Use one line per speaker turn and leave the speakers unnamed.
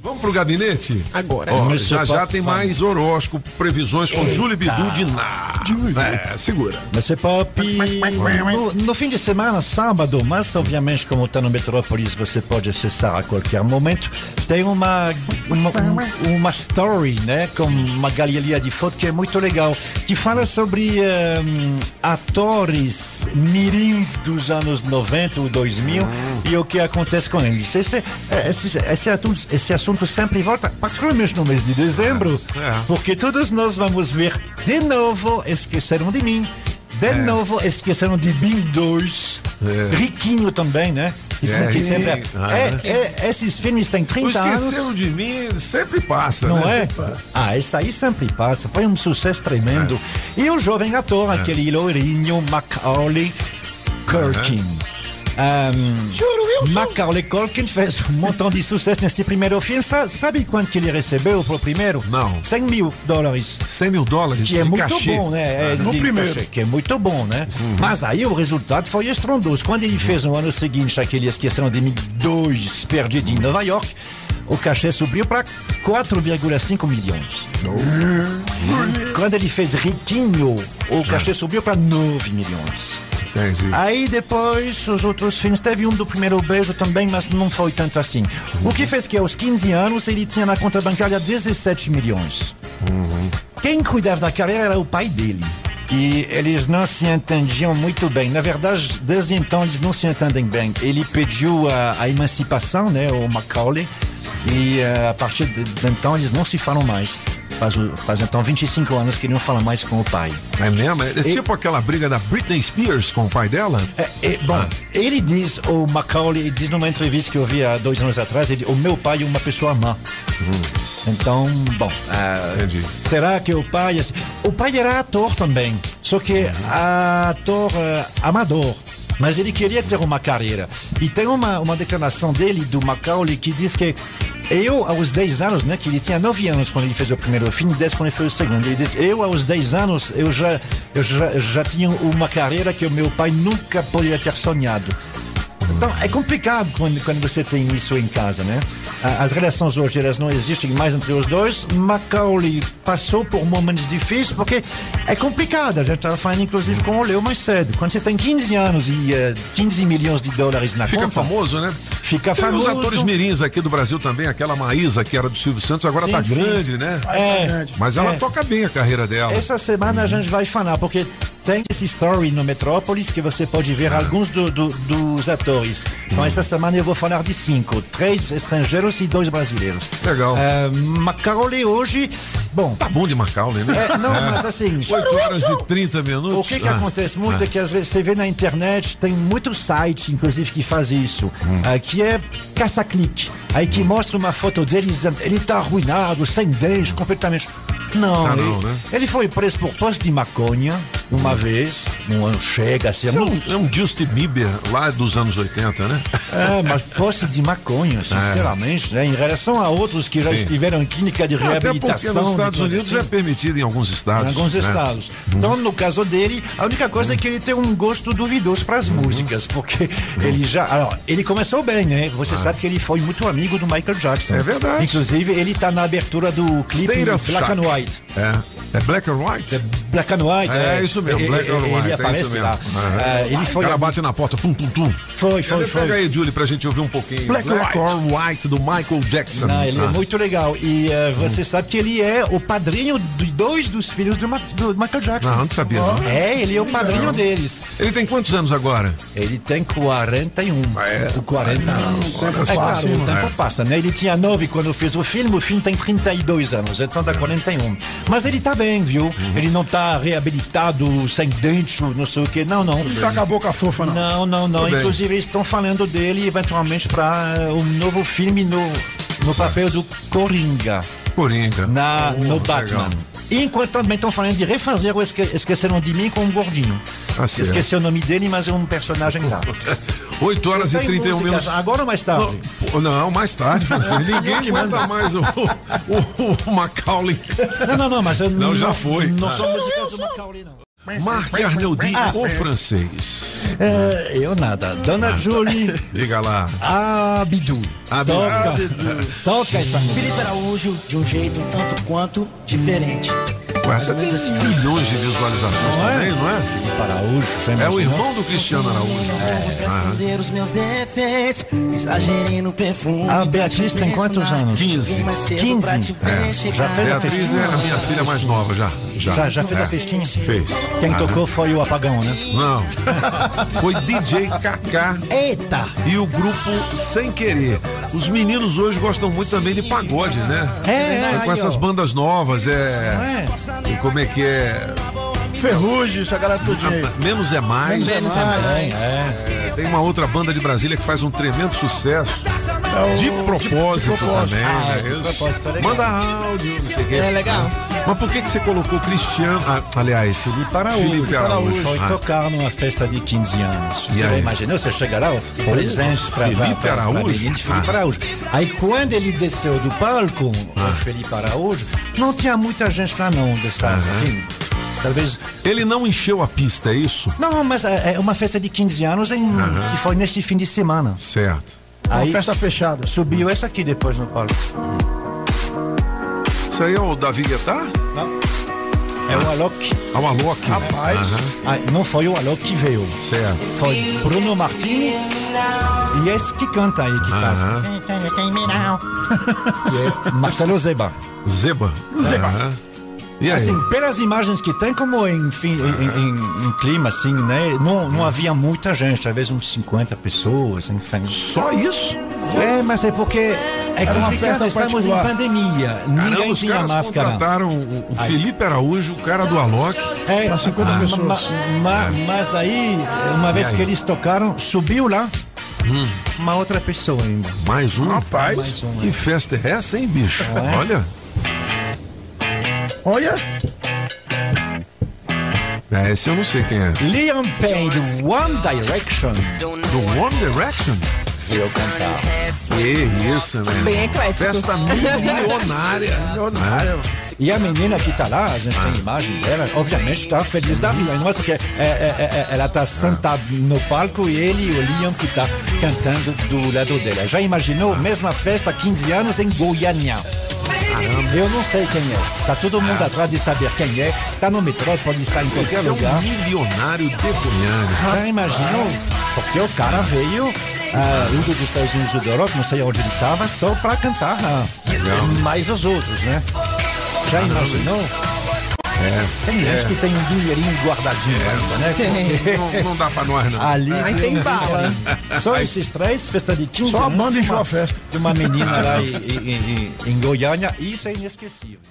Vamos pro gabinete?
Agora.
Ó,
Mas
já
você
já
pode
tem
falar.
mais horóscopo, previsões com Júlio Bidu de Ná. É, segura.
Você Pop. No, no fim de semana, sábado, mas obviamente, como está no Metrópolis, você pode acessar a qualquer momento. Tem uma, uma, um- uma story, né? Com uma galeria de foto que é muito legal, que fala sobre eh, atores mirins dos anos 90 ou 2000 e o que acontece com eles. Esse, esse, esse, assunto, esse assunto sempre volta, particularmente no mês de dezembro,
É.
porque todos nós vamos ver de novo Esqueceram de Mim. De novo Esqueceram de Mim 2.
É.
Riquinho também, né? Que
É,
sempre-
e-
sempre-
ah,
é, é, esses filmes têm
O
30
Esqueceram
anos.
de mim sempre passa,
Não
né?
é? Ah, esse aí sempre passa. Foi um sucesso tremendo.
É.
E o jovem ator, aquele loirinho, Macaulay Culkin. Ahm, Macaulay Culkin fez um montão de sucesso nesse primeiro filme. Sa- Sabe quanto que ele recebeu pro primeiro?
Não.
100 mil dólares.
100 mil dólares
Que é
de
muito
cachê.
bom, né? É,
no
de
primeiro.
cachê, que é muito bom, né? Mas aí o resultado foi estrondoso. Quando ele fez no ano seguinte aquele Esqueceram de Mim 2 perdido em Nova York, o cachê subiu para 4,5 milhões. Quando ele fez Riquinho, o cachê subiu para 9 milhões.
Entendi.
Aí depois os outros filmes. Teve um do primeiro beijo também, mas não foi tanto assim. O que fez que aos 15 anos ele tinha na conta bancária 17 milhões. Quem cuidava da carreira era o pai dele. E eles não se entendiam muito bem. Na verdade, desde então eles não se entendem bem. Ele pediu a, a emancipação, né, o Macaulay, e eh, a partir de, de então eles não se falam mais. Faz, o- faz então 25 anos que ele não fala mais com o pai.
É mesmo? É tipo aquela briga da Britney Spears com o pai dela?
É, é, bom, ele diz, o Macaulay ele diz numa entrevista que eu vi há dois anos atrás, ele, o meu pai é uma pessoa má. Então, bom, ah,
Entendi.
será que o pai... assim, O pai era ator também, só que ator eh, amador. Mas ele queria ter uma carreira. E tem uma, uma declaração dele, do Macaulay, que diz que eu, aos 10 anos, né, que ele tinha 9 anos quando ele fez o primeiro filme, 10 quando ele fez o segundo. Ele diz: Eu, aos 10 anos, eu já, eu já, já tinha uma carreira que o meu pai nunca poderia ter sonhado. Então, é complicado quando, quando você tem isso em casa, né? A- As relações hoje, elas não existem mais entre os dois. Macaulay passou por momentos difíceis, porque é complicado. A gente estava falando, inclusive, com o Leo mais cedo. Quando você tem 15 anos e eh, 15 milhões de dólares na
Fica
conta...
famoso, né?
Fica
Tem
famoso.
Os atores mirins aqui do Brasil também, aquela Maísa que era do Silvio Santos, agora
Sim,
tá
sim.
grande, né?
É.
Mas ela
É.
toca bem a carreira dela.
Essa semana a gente vai falar, porque tem esse story no Metrópolis que você pode ver alguns do- do- dos atores. Então, essa semana eu vou falar de cinco: três estrangeiros e dois brasileiros.
Legal.
Eh, Macaulay hoje, bom,
Tá bom de Macaulay, né?
é, não, mas assim,
8 horas e 30 minutos.
o que, que
Ah.
acontece muito é que às vezes você vê na internet, tem muitos sites, inclusive, que fazem isso,
Hum.
ah, que é caça-clique. Aí que mostra uma foto dele dizendo, ele tá arruinado, sem dente, completamente. Não,
Ah,
ele,
não, né? Hum.
ele foi preso por posse de maconha uma vez, não chega a ser.
Isso É
não-
um, é um Justin Bieber lá dos anos 80, né?
É, mas posse de maconha, sinceramente, né? Em relação a outros que já
É. Sim.
estiveram em clínica de
Até porque
reabilitação.
nos
É de
Estados
coisa
Unidos é
assim.
permitido em alguns
em
estados.
alguns
né?
estados. Então, no caso dele, a única coisa é que ele tem um gosto duvidoso para as
Uhum.
músicas, porque ele já. Alors, ele começou bem, né? Você sabe que ele foi muito amigo do Michael Jackson.
Ah. É verdade.
Inclusive, ele tá na abertura do clipe
State of
Black
Shock.
and White.
É. É Black and White?
Black and White,
É, isso mesmo,
Ele-
Black and
ele,
White,
Ele
é
aparece
isso mesmo.
lá.
Aham.
Ah, ele
O
foi.
cara bate na porta, pum, pum, pum.
Foi, foi,
Cadê?
foi.
Pega aí, Julie, pra gente ouvir um pouquinho.
Black and White.
or White do Michael Jackson.
Ah, ele é
Ah.
muito legal. E eh,
Uhum.
você sabe que ele é o padrinho de dois dos filhos do, Ma- do Michael Jackson.
Não, não sabia, não.
É, ele é o padrinho deles.
Ele tem quantos anos agora?
Ele tem 41.
É.
O 40 anos.
tempo
é
passa,
claro, o
né?
tempo
É.
passa, né? Ele tinha 9 quando fez o filme, o filme tem 32 anos, então dá 41. Mas ele tá bem, viu?
Uhum.
Ele não tá reabilitado, sem dente, não sei o quê. Não, não.
Não tá com a boca fofa, não.
Não, não, não.
bem.
Inclusive, eles estão falando dele eventualmente para um novo filme no, no papel do Coringa
Coringa.
na,
Oh,
no
legal.
Batman. E enquanto também estão falando de refazer o Esque Esqueceram de Mim com o Gordinho.
Tá certo.
Esqueci o nome dele, mas é um personagem lá.
8 horas e
Tem
31
músicas
minutos.
Agora ou mais tarde?
Pô, Não, mais tarde, Francês. Ninguém aguenta mais o, o, o Macaulay.
Não, não, não, mas eu
Não, já foi.
Não
Ah.
são músicas do Macaulay, não.
Marc Arnoldi,
Ah.
o francês.
É, eu nada. Dona Julie,
Diga lá.
Abidu.
Abidu.
Toca, toca essa música.
Felipe Araújo, de um jeito um tanto quanto diferente.
Essa tem milhões de visualizações
Não é?
também, não é?
Felipe Araújo, já
É o
imaginou?
irmão do Cristiano Araújo. Ah,
É. Pra
assim.
esconder os meus defeitos, exagerei no perfume.
A Beatriz tem quantos anos?
15.
15?
É.
Já fez a
Beatriz é
festinha?
a minha filha mais nova, já.
Já, já fez
É.
a festinha?
Fez.
Quem
Ah,
tocou foi o Apagão, né?
Não. Foi DJ Kaká
Eita!
e o grupo Sem Querer. Os meninos hoje gostam muito também de pagode, né?
É, é,
Com
aí,
essas
ó.
bandas novas, é.
É.
E como é que é?
Ferrugem, essa galera tudinho aí.
Menos é mais.
Menos é mais.
Bem, é.
Tem uma outra banda de Brasília que faz um tremendo sucesso.
É o-
De propósito
de propósito.
também,
Ah,
né?
de
Isso.
propósito, é legal.
Manda áudio, não sei o quê.
É legal.
Mas por que, que você colocou Cristiano. ah, aliás, Felipe
Araújo. Então-
Felipe Araújo.
Foi
Ah,
tocar numa festa de 15 anos.
E
você
aí?
já imaginou? Você chega lá, os presentes para
Felipe Araújo?
Felipe
Ah.
Araújo. Aí quando ele desceu do palco, o Felipe Araújo, não tinha muita gente lá não, dessa, enfim, talvez...
Ele não encheu a pista, é isso?
Não, mas é é uma festa de 15 anos em- que foi neste fim de semana.
Certo.
Uma
Aí
festa fechada.
subiu essa aqui depois no palco.
Isso aí é o Davi Guetta?
É o Alok.
É o Alok.
Rapaz.
Aham,
Ah, não foi o Alok que veio.
Certo.
Foi Bruno Martini e esse que canta aí, que faz.
Aham.
Que é Marcelo Zeba.
Zeba. Zeba. E aí?
É.
Assim, pelas imagens que tem, como enfim, em, em- em- em clima, assim, né? Não, não havia muita gente, talvez uns 50 pessoas, enfim.
Só isso?
É, mas é porque é
uma
complicado,
festa
estamos em
um particular. um
pandemia.
Caramba,
Ninguém
os
tinha
caras
máscara.
contrataram o, o Felipe Araújo, o cara do Alok.
É,
Pra 50 pessoas.
ma- mas aí, uma vez
aí?
que eles tocaram, subiu lá
Hum.
uma outra pessoa ainda.
Mais um.
Rapaz.
Mais um, é.
Que festa é essa, hein, bicho?
É.
Olha.
Olha.
É, esse eu não sei quem é.
Liam Payne, do One Direction.
Do One Direction?
Veio cantar.
Que isso, né?
Bem eclético.
Festa milionária. milionária.
E a menina que tá lá, a gente tem imagem dela, obviamente está feliz da vida. Não é porque é, é, é, ela tá sentada no palco e ele, o Liam, que tá cantando do lado dela. Já imaginou? Mesma festa, 15 anos, em Goiânia. Eu não sei quem é. Tá todo mundo atrás de saber quem é. Tá no metrô, pode estar em
Esse
qualquer
é um
lugar.
milionário de Goiânia.
Já imaginou? Porque o cara veio, ah, um dos Estados Unidos da Europa, não sei onde ele estava, só para cantar ah, mais os outros, né? Já imaginou? Tem
É.
gente que tem um dinheirinho guardadinho ainda, né?
Sim.
Não, não dá pra nós, não.
Ali.
Aí tem bala.
Só esses três, festa de 15
Só a
anos,
banda encheu
uma-
a festa.
De uma menina lá em, em- em- em Goiânia, isso é inesquecível.